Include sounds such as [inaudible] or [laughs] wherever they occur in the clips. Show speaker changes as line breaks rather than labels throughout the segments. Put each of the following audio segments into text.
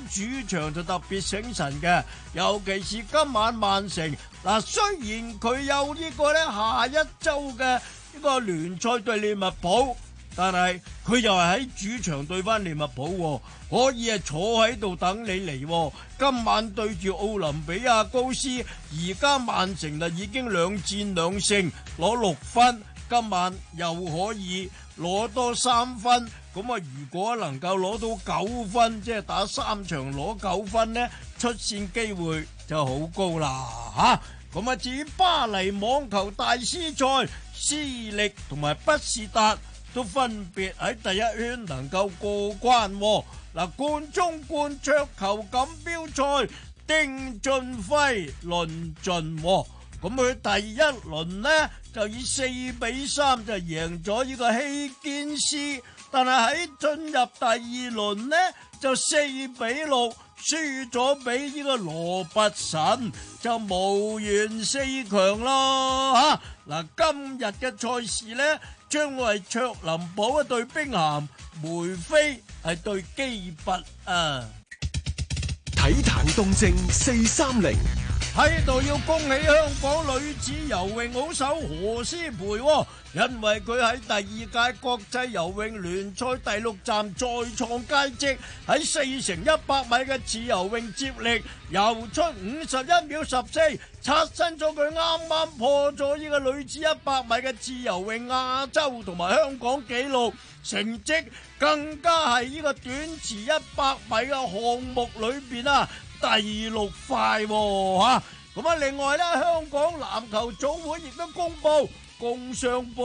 主場就特別醒神嘅，尤其是今晚曼城。嗱，雖然佢有呢個咧下一周嘅呢個聯賽對利物浦，但係佢又係喺主場對翻利物浦喎，可以係坐喺度等你嚟喎。今晚對住奧林比亞高斯，而家曼城就已經兩戰兩勝，攞六分。今晚又可以攞多三分，咁啊如果能夠攞到九分，即係打三場攞九分呢，出線機會就好高啦嚇。咁啊至於巴黎網球大師賽，斯力同埋畢士達都分別喺第一圈能夠過關喎。嗱，冠中冠桌球錦標賽，丁俊暉論盡喎。咁佢第一輪呢，就以四比三就贏咗呢個希堅斯，但係喺進入第二輪呢，就四比六輸咗俾呢個羅拔臣，就無緣四強咯嚇。嗱，今日嘅賽事呢，將會係卓林堡一對冰咸，梅飛係對基拔啊！
體壇動靜四三零，
喺度要恭喜香港女子游泳好手何詩蓓喎，因為佢喺第二屆國際游泳聯賽第六站再創佳績，喺四乘一百米嘅自由泳接力游出五十一秒十四，刷新咗佢啱啱破咗呢個女子一百米嘅自由泳亞洲同埋香港紀錄。成績更加係呢個短池一百米嘅項目裏邊啊，第六塊喎嚇。咁啊，另外咧，香港籃球總會亦都公布，工商杯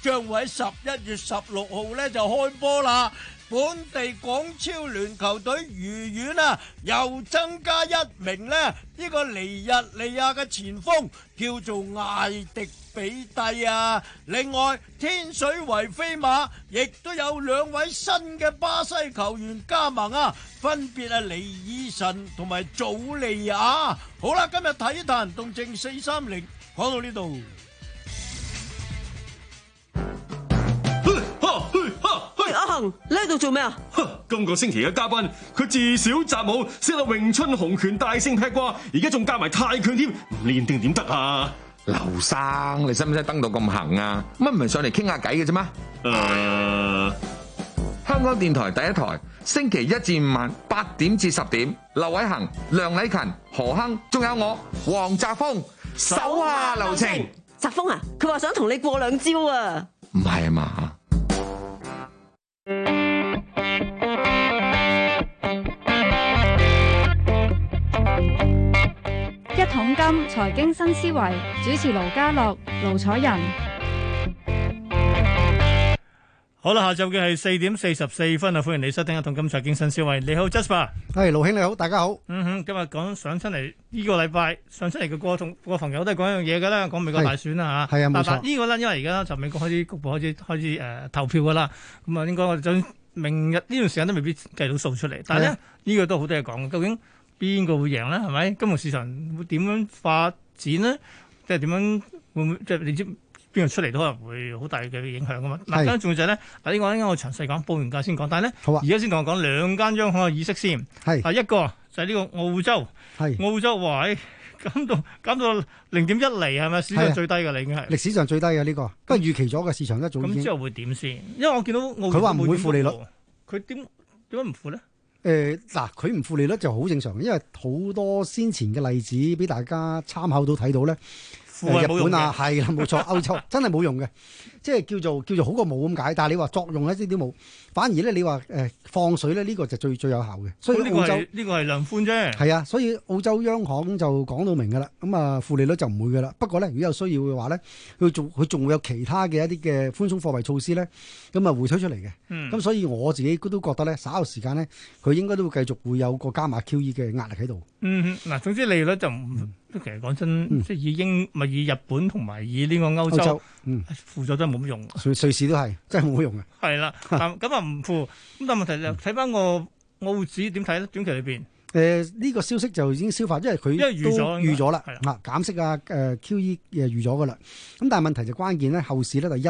將會喺十一月十六號咧就開波啦。本地港超聯球隊愉園啊，又增加一名咧，呢個尼日利亞嘅啊前鋒叫做艾迪比蒂啊。另外，天水圍飛馬亦都有兩位新嘅巴西球員加盟啊，分別係尼爾神同埋祖利亞。好啦，今日體壇動靜四三零講到呢度。
喂，阿恒，你喺度做咩啊？
今個星期嘅嘉賓，佢自小習武，識得詠春、洪拳、大聖劈掛，而家仲教埋泰拳添，唔練定點得啊？
劉生，你使唔使登到咁行啊？乜唔係上嚟傾下偈嘅啫嘛？
誒、啊
香港電台第一台，星期一至五晚八點至十點，劉偉恒、梁禮勤、何亨，仲有我黃澤峰，手下留情。
澤峰啊，佢話想同你過兩招啊！
唔係啊嘛？
一桶金財經新思維，主持盧家樂、盧楚仁。
好啦，下晝嘅係四點四十四分啊！歡迎你收聽《一桶金財經新思維》。你好，Jasper。
係，盧兄你好，大家好。
嗯哼，今日講上出嚟呢個禮拜上出嚟嘅個同個朋友都係講一樣嘢㗎啦，講美國
係
大選啦嚇。
係啊
嗱
冇錯
嗱呢個咧，因為而家就美國開始局部開始開始誒、呃投票㗎啦，咁啊應該我哋將明日呢段時間都未必計到數出嚟，但係
係
咧
啊
呢個都好多嘢講，究竟邊個會贏咧？係咪金融市場會點樣發展咧？即係點樣會唔會即係你知？邊個出嚟都可能會好大嘅影響噶嘛。嗱，
係
跟住就係咧，嗱呢個咧我詳細講，報完價先講。但係咧，
好啊
而家先同我講兩間央行嘅議息先。
係
啊，一個就係呢個澳洲，
係
澳洲話誒減到減到零點一厘係咪？史上
係啊
最低㗎啦已經係。
歷史上最低嘅呢個，不過預期咗嘅市場一早已
咁之
經。
後會點先？因為我見到澳
佢話唔會負利率
冇點報，佢點點解唔負咧？
誒嗱，佢唔負利率就好正常，因為好多先前嘅例子俾大家參考到睇到咧。
負係
日
呃冇用
本啊
嘅。，
係啦，
[laughs]
冇錯，歐洲真係冇用嘅，即係叫做叫做好過冇咁解。但係你話作用咧，呢啲冇。反而咧，你話誒、呃放水咧，呢、個就最最有效嘅。所以
哦咁呢個
澳洲
係呢個係量寬啫。
係啊，所以澳洲央行就講到明㗎啦。咁啊，負利率就唔會㗎啦。不過咧，如果有需要嘅話咧，佢仲佢仲會有其他嘅一啲嘅寬鬆貨幣措施咧，咁啊回推出嚟嘅。
嗯
咁、所以我自己都覺得咧，稍後時間咧，佢應該都會繼續會有個加碼 QE 嘅壓力喺度。
嗯哼，嗱，總之利率就唔，其實講真，
嗯
即係以英咪以日本同埋以呢個歐
歐
洲
洲、嗯，
負咗都係冇乜用。
瑞瑞士都係真係冇用嘅。
係啦，但咁啊唔負。咁但係問題
嗯
就睇翻個澳紙點睇咧？短期裏邊，
誒、呃呢、個消息就已經消化，因為佢
因為預咗
都預咗啦
係啦，
啊減息啊，誒、QE 誒預咗噶啦。咁但係問題就關鍵咧，後市咧第一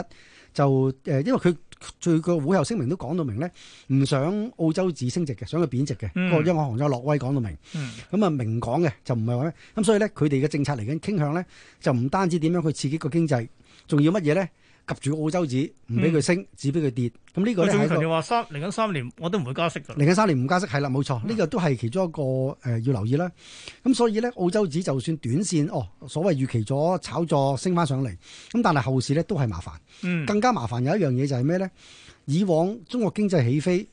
就誒、因為佢最個會後聲明都講到明咧，唔想澳洲自升值嘅，想佢貶值嘅。
嗯
個央行行長洛威講到明，
嗯
咁啊明講嘅就唔係話咩，咁所以咧佢哋嘅政策嚟緊傾向咧，就唔單止點樣去刺激個經濟，仲要乜嘢咧？及住澳洲紙唔俾佢升，只俾佢跌。咁呢個
我
咧
嗯仲
係
要
一個
強調話三嚟緊三年我都唔會加息㗎啦。
嚟緊三年唔加息係啦，冇錯，
嗯
呢、個都係其中一個誒、呃要留意啦。咁所以咧，澳洲紙就算短線哦，所謂預期咗炒作升翻上嚟，咁但係後市咧都係麻煩，
嗯，
更加麻煩有一樣嘢就係咩咧？以往中國經濟起飛，誒、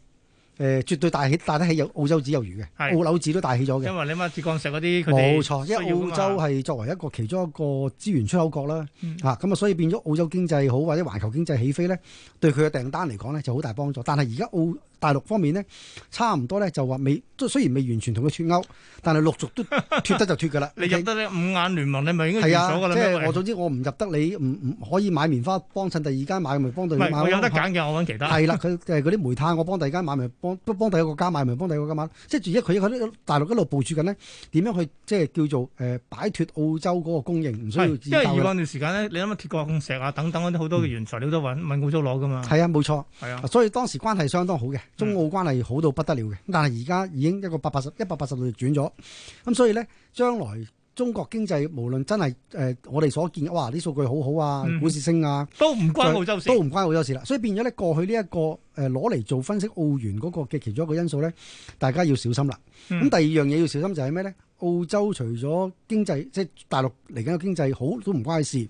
呃、絕對帶起帶得起有澳洲紙有餘嘅，
係
澳紐紙都帶起咗嘅。
因為你乜鐵礦石嗰啲佢哋
冇錯，因為澳洲
係
係作為一個其中一個資源出口國啦
嗯，
嚇咁啊，所以變咗澳洲經濟好或者環球經濟起飛咧，對佢嘅訂單嚟講咧就好大幫助。但係而家澳大陸方面咧，差唔多咧就話未，即雖然未完全同佢脱歐，但係陸續
[laughs]
都脱得就脱㗎啦。
你入得呢五眼聯盟，你咪應該
係
完
啊
咗㗎，啦。
即
因
係
為
我總之我唔入得你，唔唔可以買棉花幫襯第二間買，咪幫
唔
對你買
係我有
咯
得揀嘅，我揾其他。
係啦，佢誒嗰啲煤炭，我幫第二間買，咪幫幫幫第一個國家買，咪幫第二個國家買。即係而家佢佢喺大陸一路部署緊咧，點樣去即係叫做誒、呃、擺脱澳洲嗰個供應，唔需要
係
自
因為以
救
往
啦。
段時間咧，你諗下鐵礦石啊等等嗰啲好多嘅原材料都揾問澳洲攞㗎嘛。
係啊，冇錯。
係啊，嗯
所以當時關係相當好嘅，中澳關係好到不得了嘅。但係而家已經一個百八十一百八十度轉咗，咁所以咧，將來中國經濟無論真係誒、呃我哋所見嘅，哇啲數據好好啊，
嗯
股市升啊，
都唔關澳洲事
都。唔關澳洲事啦。所以變咗咧，過去呢、一個誒呃攞嚟做分析澳元嗰個嘅其中一個因素咧，大家要小心啦。咁、
嗯
第二樣嘢要小心就係咩咧？澳洲除咗經濟，即係大陸嚟緊嘅經濟好都唔關佢事，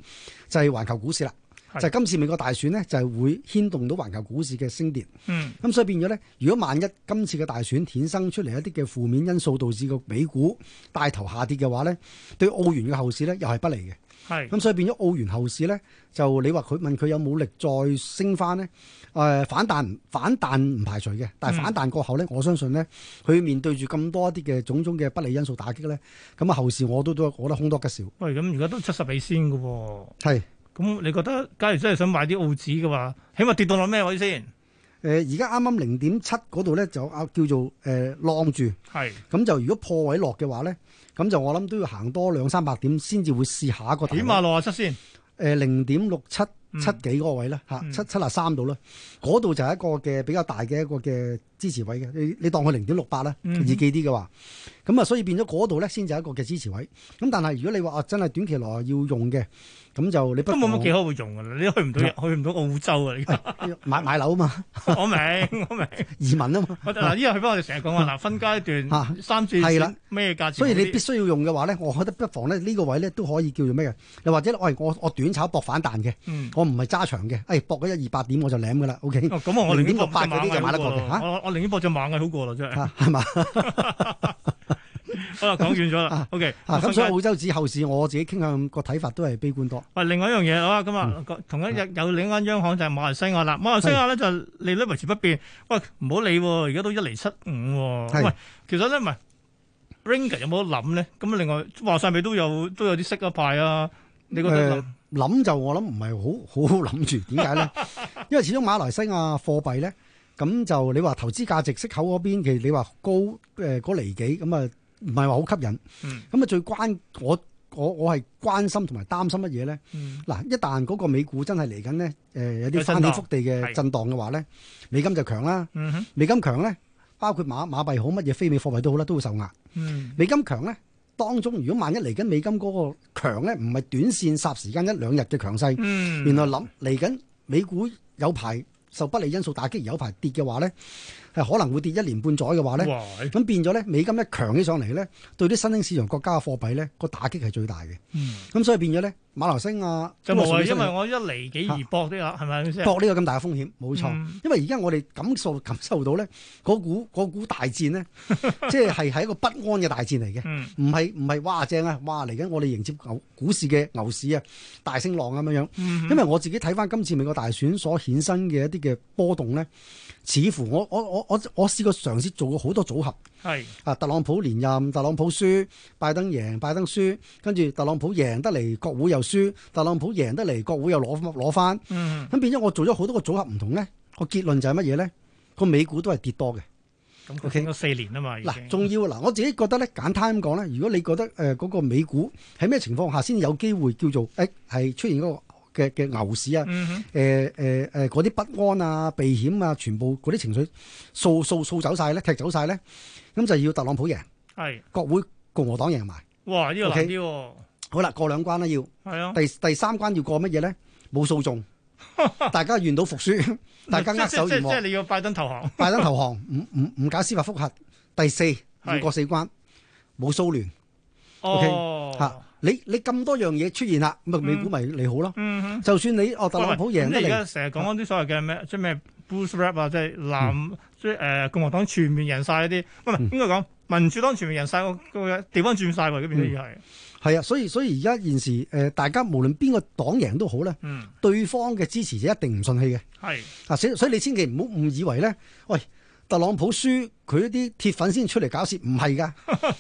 就係、環球股市啦。
係
就係今次美國大選咧，就係、會牽動到環球股市嘅升跌。
嗯
咁所以變咗咧，如果萬一今次嘅大選衍生出嚟一啲嘅負面因素，導致個美股帶頭下跌嘅話咧，對澳元嘅後市咧又係不利嘅。
係
咁所以變咗澳元後市咧，就你話佢問佢有冇力再升翻咧？誒、反彈反彈唔排除嘅，但係反彈過後咧，我相信咧，佢面對住咁多一啲嘅種種嘅不利因素打擊咧，咁啊後市我都都覺得空多吉少。
喂，咁而家都七十美先㗎喎。
係
咁你覺得，假如真係想買啲澳紙嘅話，起碼跌到落咩位先？
誒，而家啱啱零點七嗰度咧就啊叫做誒、浪住，
係
咁就如果破位落嘅話咧，咁就我諗都要行多兩三百點先至會試下一個大位
起碼六啊七先。
誒呃零點六七
嗯
七幾嗰個位啦嚇，
嗯
七七啊三度啦，嗰度就係一個嘅比較大嘅一個嘅支持位嘅，你你當佢零點六八啦，
嗯
易記啲嘅話，咁啊所以變咗嗰度咧先就係一個嘅支持位。咁但係如果你話啊真係短期內要用嘅，咁就你不
都冇乜幾
好
可會用㗎啦，你都去唔到日去唔到澳洲啊！你
買買樓啊嘛， [laughs]
我明我明，
移民啊嘛，
我嗱呢個去翻我哋成日講話嗱，分階段
啊
三至
嗯係啦
咩價錢好啲？
所以你必須要用嘅話咧，我覺得不妨咧呢個位咧都可以叫做咩嘅，又或者喂我我短炒搏反彈嘅，
嗯
我唔係揸長嘅，誒搏咗一二百點我就舐㗎啦，OK， [laughs]
哦咁啊我寧願
零點
博
六八
隻
嗰
螞
啲
蟻
就買得過
好
嘅
啦
嚇
我我寧願博隻螞蟻好過啦，真係。
嚇係啊嘛？
好啦，講完咗啦
啊。
OK，
啊，咁所以
分
澳洲指後市我自己傾向個睇法都係悲觀多。
喂，另外一樣嘢啊，咁
嗯
啊，同一日有另一間央行就係馬來西亞啦。馬來西亞咧就利率維持不變。喂，唔好理喎，而家都一厘七五喎。
係
喂，其實咧唔係 Ringgit 有冇得諗咧？咁另外話晒咪都有都有啲息一派啊？你覺得
誒諗就我諗唔係好好好諗住，點解咧？因為始終馬來西亞貨幣咧，咁就你話投資價值息口嗰邊，其實你話高誒嗰離幾咁啊，唔係話好吸引。
嗯
咁啊，最關我我我係關心同埋擔心乜嘢咧？
嗯
嗱，一旦嗰個美股真係嚟緊咧，誒有
有
啲
震盪
翻天覆地嘅
係
震盪嘅話咧，美金就強啦。
嗯哼
美金強咧，包括馬馬幣好乜嘢非美貨幣都好啦，都會受壓。
嗯
美金強咧，當中如果萬一嚟緊美金嗰個強咧，唔係短線霎時間一兩日嘅強勢，
嗯，
原來諗嚟緊美股有排受不利因素打擊，有排跌嘅話咧，係可能會跌一年半載嘅話咧，
哇
咁變咗咧美金一強起上嚟咧，對啲新興市場國家嘅貨幣咧個打擊係最大嘅。
嗯
咁所以變咗咧，馬來西亞啊
就無啊謂，因為
我
我一厘幾而博啲啦，係咪先？
搏呢個咁大嘅風險，冇錯。
嗯
因為而家我哋感受 [laughs] 感受到咧，嗰股嗰股大戰
[laughs]
咧，即係係係一個不安嘅大戰嚟嘅。
嗯
唔係唔係，哇正啊！哇嚟緊我哋迎接牛股市嘅牛市啊，大升浪咁樣樣。
嗯
因為我自己睇翻今次美國大選所衍生嘅一啲嘅波動咧，似乎我我我我我試過嘗試做過好多組合
係
啊，特朗普連任，特朗普輸，拜登贏，拜登輸，跟住特朗普贏得嚟國會又輸，特朗普贏得嚟國會又攞攞翻，
嗯
咁變咗我做咗好多個組合唔同咧，個結論就係乜嘢咧？個美股都係跌多嘅。
咁
OK
佢傾咗四年啊嘛，已
嗱，
經
仲要嗱，我自己覺得咧，簡單咁講咧，如果你覺得誒嗰、個美股喺咩情況下先有機會叫做誒係、出現嗰個嘅嘅牛市啊，
嗯哼，
誒誒誒嗰啲不安啊、避險啊，全部嗰啲情緒掃掃掃走晒咧，踢走晒咧，咁就要特朗普贏，
係，
國會共和黨贏埋。
哇！呢個
OK
難啲喎，
好啦，過兩關啦要，
係啊，
第第三關要過乜嘢咧？冇
[laughs]
訴訟，大家願賭服輸，大家握手
即即
言
即
和
即，你要拜登投降，
拜登投降，唔唔唔搞司法覆核。第四要
係
過四關，冇蘇聯。
哦，
吓、你你咁多樣嘢出現啦，咁咪美股咪利好咯。
嗯哼。
就算你哦特朗普贏得
喂咁你而
嚟，啊
家
嗯
成日講緊啲所謂嘅咩，即係咩 boost rap 啊，即係藍，即係誒共和黨全面贏晒嗰啲，唔係應該講民主黨全面贏晒，個個地方轉晒喎，嗰邊啲嘢係，
係啊，所以所以而家現時誒、呃大家無論邊個黨贏都好咧，
嗯，
對方嘅支持者一定唔順氣嘅。
係，
啊，所以所以你千祈唔好誤以為咧，喂，特朗普輸佢啲鐵粉先出嚟搞事，唔
[laughs]
係噶。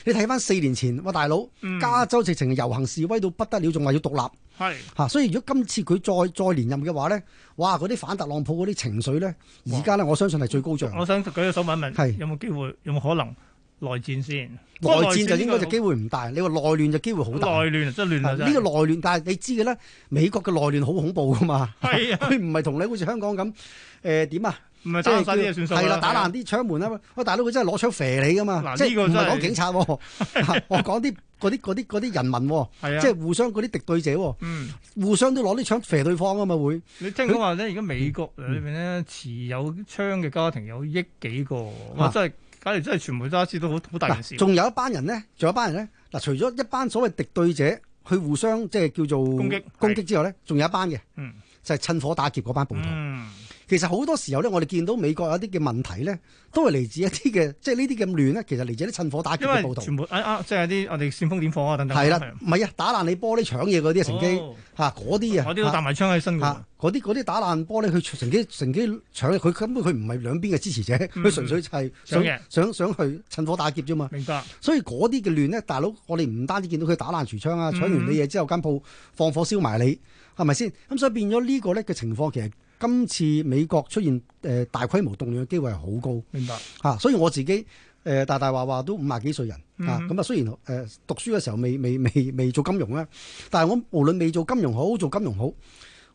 你睇翻四年前，哇大佬，
嗯
加州直情遊行示威到不得了，仲話要獨立。
係，
嚇、所以如果今次佢再再連任嘅話咧，哇！嗰啲反特朗普嗰啲情緒咧，而家咧我相信係最高漲。
我想舉個手問一問，
係
有冇機會，有冇可能內戰先？
內戰就應該就機會唔大，你話內亂就機會好
內
大。
亂啊，真係亂
啊
啊，真
呢
係
個內亂，但係你知嘅咧，美國嘅內亂好恐怖噶嘛。
係啊
[laughs] 佢唔係同你好似香港咁，誒點啊？
唔係
即
打
係
晒啲嘢算數啊
係啦，打爛啲窗門啦。喂，大佬佢真係攞槍射你噶嘛？
嗱
即
呢
係
個
唔
真
係
係
講警察
[laughs]
喎，啊我講啲嗰啲嗰啲嗰啲人民喎，
係啊，
即係互相嗰啲敵對者喎，
嗯。
互相都攞啲槍射對方啊嘛會。
你聽講話咧，而家美國啊
嗯
裏邊咧持有槍嘅家庭有億幾個喎，哇！
啊
真係，假如真係全部揸支都好好大件事
嗱，。仲有一班人咧，仲有一班人咧，嗱，除咗一班所謂敵對者去互相即係叫做攻
擊
攻擊之外咧，仲有一班嘅
嗯，
就係趁火打劫嗰班暴徒。
嗯，
其實好多時候咧，我哋見到美國有一啲嘅問題咧，都係嚟自一啲嘅，即係呢啲咁亂咧，其實嚟自一啲趁火打劫
因
嘅暴
為
徒。
全部啊啊，即係啲我哋煽風點火啊等等。
係啦，唔係啊，打爛你玻璃搶嘢嗰啲啊，乘機
哦
嚇嗰啲啊，
我啲都帶埋槍喺身㗎喎
嚇。嗰啲嗰啲打爛玻璃，佢乘機乘機搶，佢根本佢唔係兩邊嘅支持者，
嗯
佢純粹就係
想
想
贏
想想去趁火打劫啫嘛。
明白。
所以嗰啲嘅亂咧，大佬，我哋唔單止見到佢打爛櫥窗啊，搶完你嘢之後間鋪放火燒埋你，係咪先？咁所以變咗呢個咧嘅情況，其實今次美國出現誒、呃大規模動亂嘅機會係好高
明白。
嚇、啊所以我自己誒、呃大大話話都五廿幾歲人嚇，啊咁啊、雖然誒、呃、讀書嘅時候未未未未做金融啦，但係我無論未做金融好做金融好，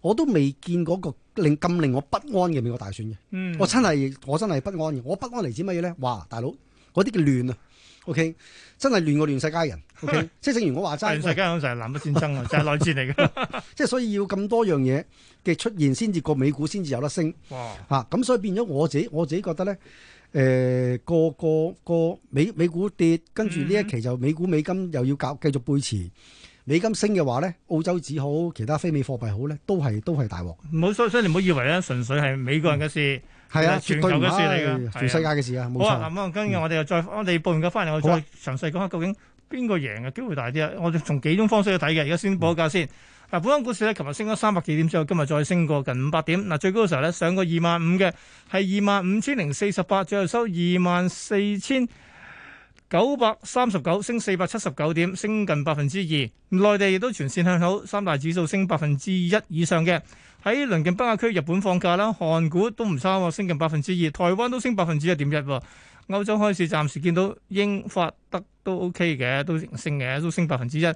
我都未見嗰個令咁令我不安嘅美國大選嘅。
嗯，
我真係我真係不安嘅。我不安嚟自乜嘢咧？哇，大佬嗰啲叫亂啊！OK，真係亂過亂世佳人。OK，即係
[laughs]
正如我話
全
齋，
啊世界
喂
咁就係南北戰爭啊，就係內戰嚟
[laughs]
嘅。
即係所以要咁多樣嘢嘅出現，先至個美股先至有得升
哇！
嚇。咁、所以變咗我自己，我自己覺得咧，誒、個個個美美股跌，跟
嗯
住呢一期就美股美金又要搞繼續背馳。美金升嘅話咧，澳洲紙好，其他非美貨幣好咧，都係都係大鑊。
唔好所以所以你唔好以為咧，純粹係美國人嘅事。
係啊，
全
絕
球
對唔
嘅事嚟㗎
係
係啊
全世界嘅事啊，冇
好
錯
啊，。咁啊，跟住我哋又再我哋報完價翻嚟，我再
好啊
詳細講下究竟邊個贏嘅機會大啲啊？我哋從幾種方式去睇嘅，而家先報個價先。嗱，本港股市咧，琴日升咗三百幾點之後，今日再升過近五百點。嗱，最高嘅時候咧，上過二萬五嘅，係二萬五千零四十八，最後收二萬四千九百三十九，升四百七十九點，升近百分之二。內地亦都全線向好，三大指數升百分之一以上嘅。喺鄰近北亞區，日本放假啦，韓股都唔差喎，升近百分之二，台灣都升百分之一點一喎。歐洲開市暫時見到英法德都 OK 嘅，都升嘅，都升百分之一。咁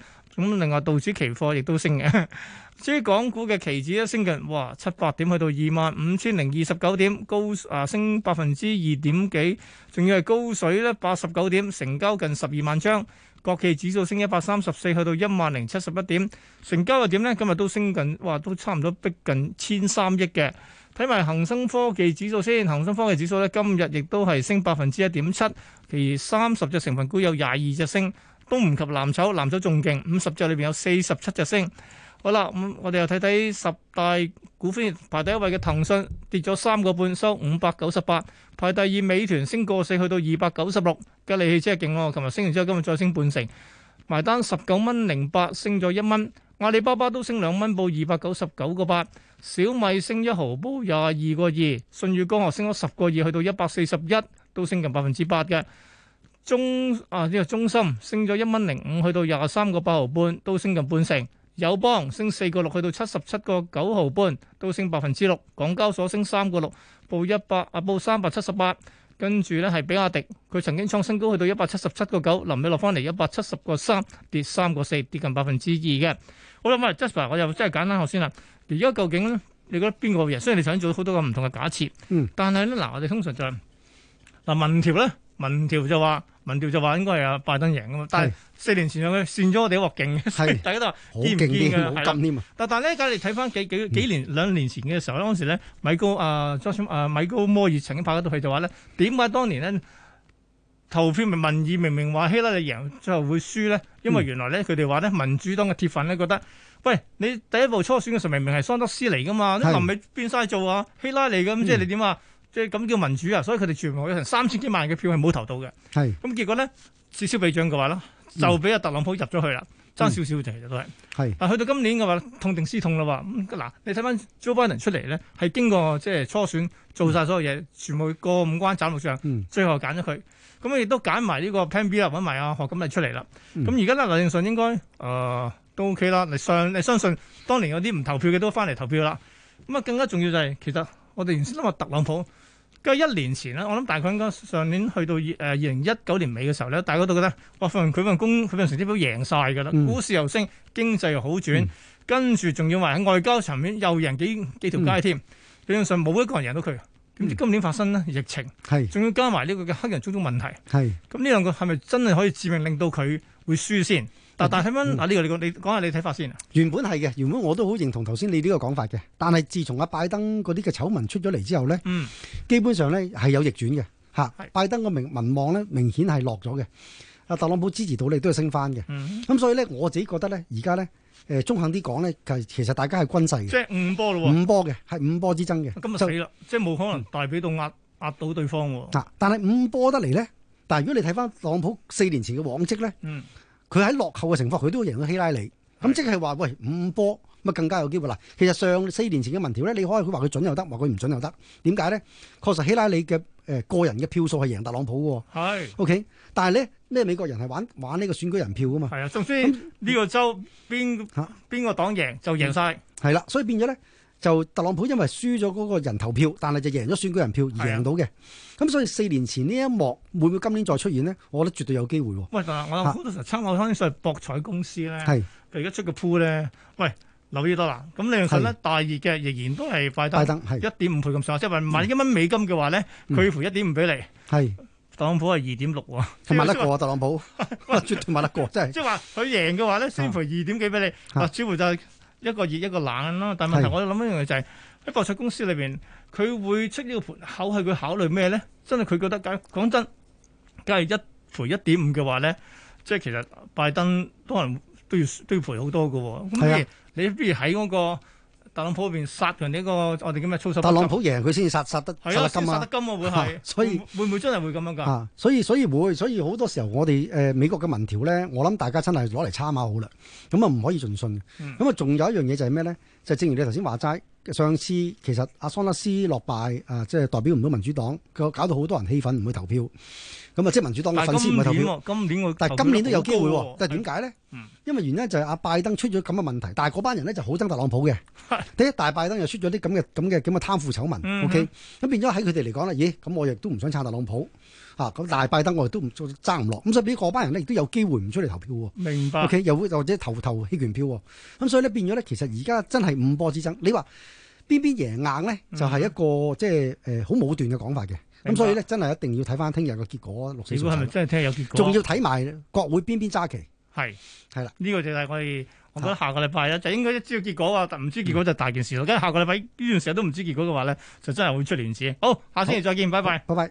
另外道指期貨亦都升嘅。 [laughs] 至於港股嘅期指咧，啊升近哇七百點，去到二萬五千零二十九點，高啊升百分之二點幾，仲要係高水咧八十九點，成交近十二萬張。國企指數升一百三十四，去到一萬零七十一點，成交又點呢？今日都升近，哇，都差唔多逼近千三億嘅。睇埋恒生科技指數先，恒生科技指數咧今日亦都係升百分之一點七，其餘三十隻成分股有廿二隻升，都唔及藍籌，藍籌仲勁，五十隻裏邊有四十七隻升。好啦，咁、我哋又睇睇十大股份排第一位嘅騰訊跌咗三個半，收五百九十八；排第二美團升個四，去到二百九十六。吉利汽車勁喎，琴日升完之後，今日再升半成，埋單十九蚊零八，升咗一蚊。阿里巴巴都升兩蚊，報二百九十九個八。小米升一毫，報廿二個二。舜宇光學升咗十個二，去到一百四十一，都升近百分之八嘅。中啊呢、個中芯升咗一蚊零五，去到廿三個八毫半，都升近半成。友邦升四個六，去到七十七個九毫半，都升百分之六。港交所升三個六，報一百啊報三百七十八。跟住咧係比亞迪，佢曾經創新高去到一百七十七個九，臨尾落翻嚟一百七十個三，跌三個四，跌近百分之二嘅。好啦，咁啊，Jasper，我又真係簡單學先啦。而家究竟咧，你覺得邊個贏？雖然你想做好多個唔同嘅假設，
嗯
但係咧嗱，我哋通常就係嗱民調咧，民調就話民調就話應該係阿拜登贏噶嘛，但係
係
四年前佢扇咗我哋一鑊勁嘅，所以
係
[laughs] 大家都話
好
堅
勁
唔
啲，
堅㗎？係
好
啦
金添啊！
但但咧，梗係你睇翻幾幾幾年兩年前嘅時候咧，嗰陣時咧，米高啊 j o 啊米高摩爾曾經拍咗套戲就話咧，點解當年咧投票民民意明明話希拉里贏，最後會輸咧？因為原來咧佢哋話咧民主黨嘅鐵粉咧覺得，喂你第一步初選嘅時候明明係桑德斯嚟噶嘛，啲
係
臨尾變晒做啊希拉里咁，即係你點啊？即係咁叫民主啊！所以佢哋全部有成三千幾萬嘅票係冇投到嘅。
係
咁結果咧，此消彼長嘅話啦，就俾阿特朗普入咗去啦，爭少少嘅啫，其實都係。
係
啊但去到今年嘅話，痛定思痛啦喎。咁、嗱，你睇翻 Joe Biden 出嚟咧，係經過即係初選做晒所有嘢，全部過五關斬六將，
嗯
最後揀咗佢。咁亦都揀埋呢個 Plan B 啦，揾埋阿何錦麗出嚟啦。
嗯
咁而家咧，劉正信應該誒、呃都 OK 啦。你相你相信當年有啲唔投票嘅都翻嚟投票啦。咁啊，更加重要就係、其實我哋原先諗話特朗普。佢一年前咧，我諗大概應該上年去到二誒二零一九年尾嘅時候咧，大家都覺得哇份佢份工佢份成績表贏晒㗎啦，
嗯
股市又升，經濟又好轉，跟住仲要話喺外交層面又贏幾幾條
嗯
街添，理論上冇一個人贏到佢。點知今年發生咧疫情，
係
仲要加埋呢個嘅黑人種種問題，
係
咁呢兩個係咪真係可以致命令到佢會輸先？
嗯
但但睇翻啊嗱呢個你講你講下你睇法先啊。
原本係嘅，原本我都好認同頭先你呢個講法嘅，但係自從阿拜登嗰啲嘅醜聞出咗嚟之後咧。
嗯，
基本上咧係有逆轉嘅嚇
係。
拜登個民民望咧明顯係落咗嘅，阿特朗普支持到你都係升翻嘅。咁、
嗯
所以咧我自己覺得咧，而家咧誒中肯啲講咧，其實其實大家係均勢
即係五啊波咯喎，
嘅，五波嘅係五波之爭嘅。
今日
就
死啦，即係冇可能大比到壓壓到對方喎。
嗱，啊但係五波得嚟咧，但係如果你睇翻特朗普四年前嘅往績咧，
嗯，
佢喺落後嘅情況佢都贏到希拉里，咁即係話喂五波。咁啊更加有機會啦！其實上四年前嘅民調咧，你可以話佢準又得，話佢唔準又得。點解咧？確實希拉里嘅誒、個人嘅票數係贏特朗普嘅喎。
係
O K，但係咧咩美國人係玩玩呢個選舉人票噶嘛，
係啊，總之呢個州邊
嚇嗯
邊個黨贏就贏晒。
係啦，所以變咗咧就特朗普因為輸咗嗰個人投票，但係就贏咗選舉人票而
係啊
贏到嘅，咁所以四年前呢一幕會唔會今年再出現咧？我覺得絕對有機會喎，
喂，但係我有
嚇
好多時候參考翻啲所謂博彩公司咧。
係
佢而家出個 pool 咧，喂，留意到啦。咁理論上咧，大熱嘅仍然都係拜登
拜登
一
係
點五倍咁上下，即係買
嗯
一蚊美金嘅話咧，佢賠一點五俾你。
係
特朗普係二點六喎，
係
即
買
係
得
話
過啊特朗普，絕對買得過，真
[laughs]
係
即係話佢贏嘅話咧，先賠二點幾俾你。
啊
嗱，似乎就係一個熱一個冷啦。但係問題
係
我諗一樣嘢就係喺博彩公司裏邊，佢會出呢個盤口係佢考慮咩咧？真係佢覺得假講真，梗係一賠一點五嘅話咧，即係其實拜登當然都要都要賠好多嘅喎。咁不
係
如
啊
你不如喺嗰個特朗普嗰邊殺人呢個我哋叫咩操守不
特
及？
朗普贏佢先至殺殺得
係
殺
啊，
得
先
金
殺得
啊！
金啊，會係
[laughs] 所以
會會唔會真係會咁樣㗎？
啊，所以所以會，所以好多時候我哋誒、呃美國嘅民調咧，我諗大家真係攞嚟參考好啦，咁啊唔可以盡信嘅。
嗯
咁啊，仲有一樣嘢就係咩咧？就正如你頭先話齋，上次其實阿桑德斯落敗啊，即係代表唔到民主黨，佢搞到好多人氣憤唔去投票。咁啊，即係民主黨
但
嘅粉
係
絲
今
唔去
年
投票。
喎，今年我
但係今年都有機會喎，但係
點
點解咧
嗯？
因為原因就係阿拜登出咗咁嘅問題，但係嗰班人咧就好憎特朗普
[laughs]
嘅
係。
第一，大拜登又出咗啲咁嘅咁嘅咁嘅貪腐醜
嗯
聞
哼
，OK，咁變咗喺佢哋嚟講咧，咦，咁我亦都唔想撐特朗普啊，咁大拜登我亦都唔爭唔落，咁所以俾嗰班人咧亦都有機會唔出嚟投票喎。
明白
O。K，又會或者投投棄權票喎，咁所以咧變咗咧，其實而家真係五波之爭。你話邊邊贏硬咧，就係、一個、即係誒好武斷嘅講法嘅。
嗯明白
咁所以咧，真係一定要睇翻聽日嘅結果六四
你估
數
係咪
曬，
真係聽日有結果？
仲要睇埋國會邊邊揸旗，
係
係啦，
呢個就係我哋，我覺
啊
得下個禮拜咧就應該知道結果啊，但唔知結果就
嗯
大件事咯。跟住下個禮拜呢段時間都唔知結果嘅話咧，就真係會出亂子。好，下星期再見，拜拜。
拜拜。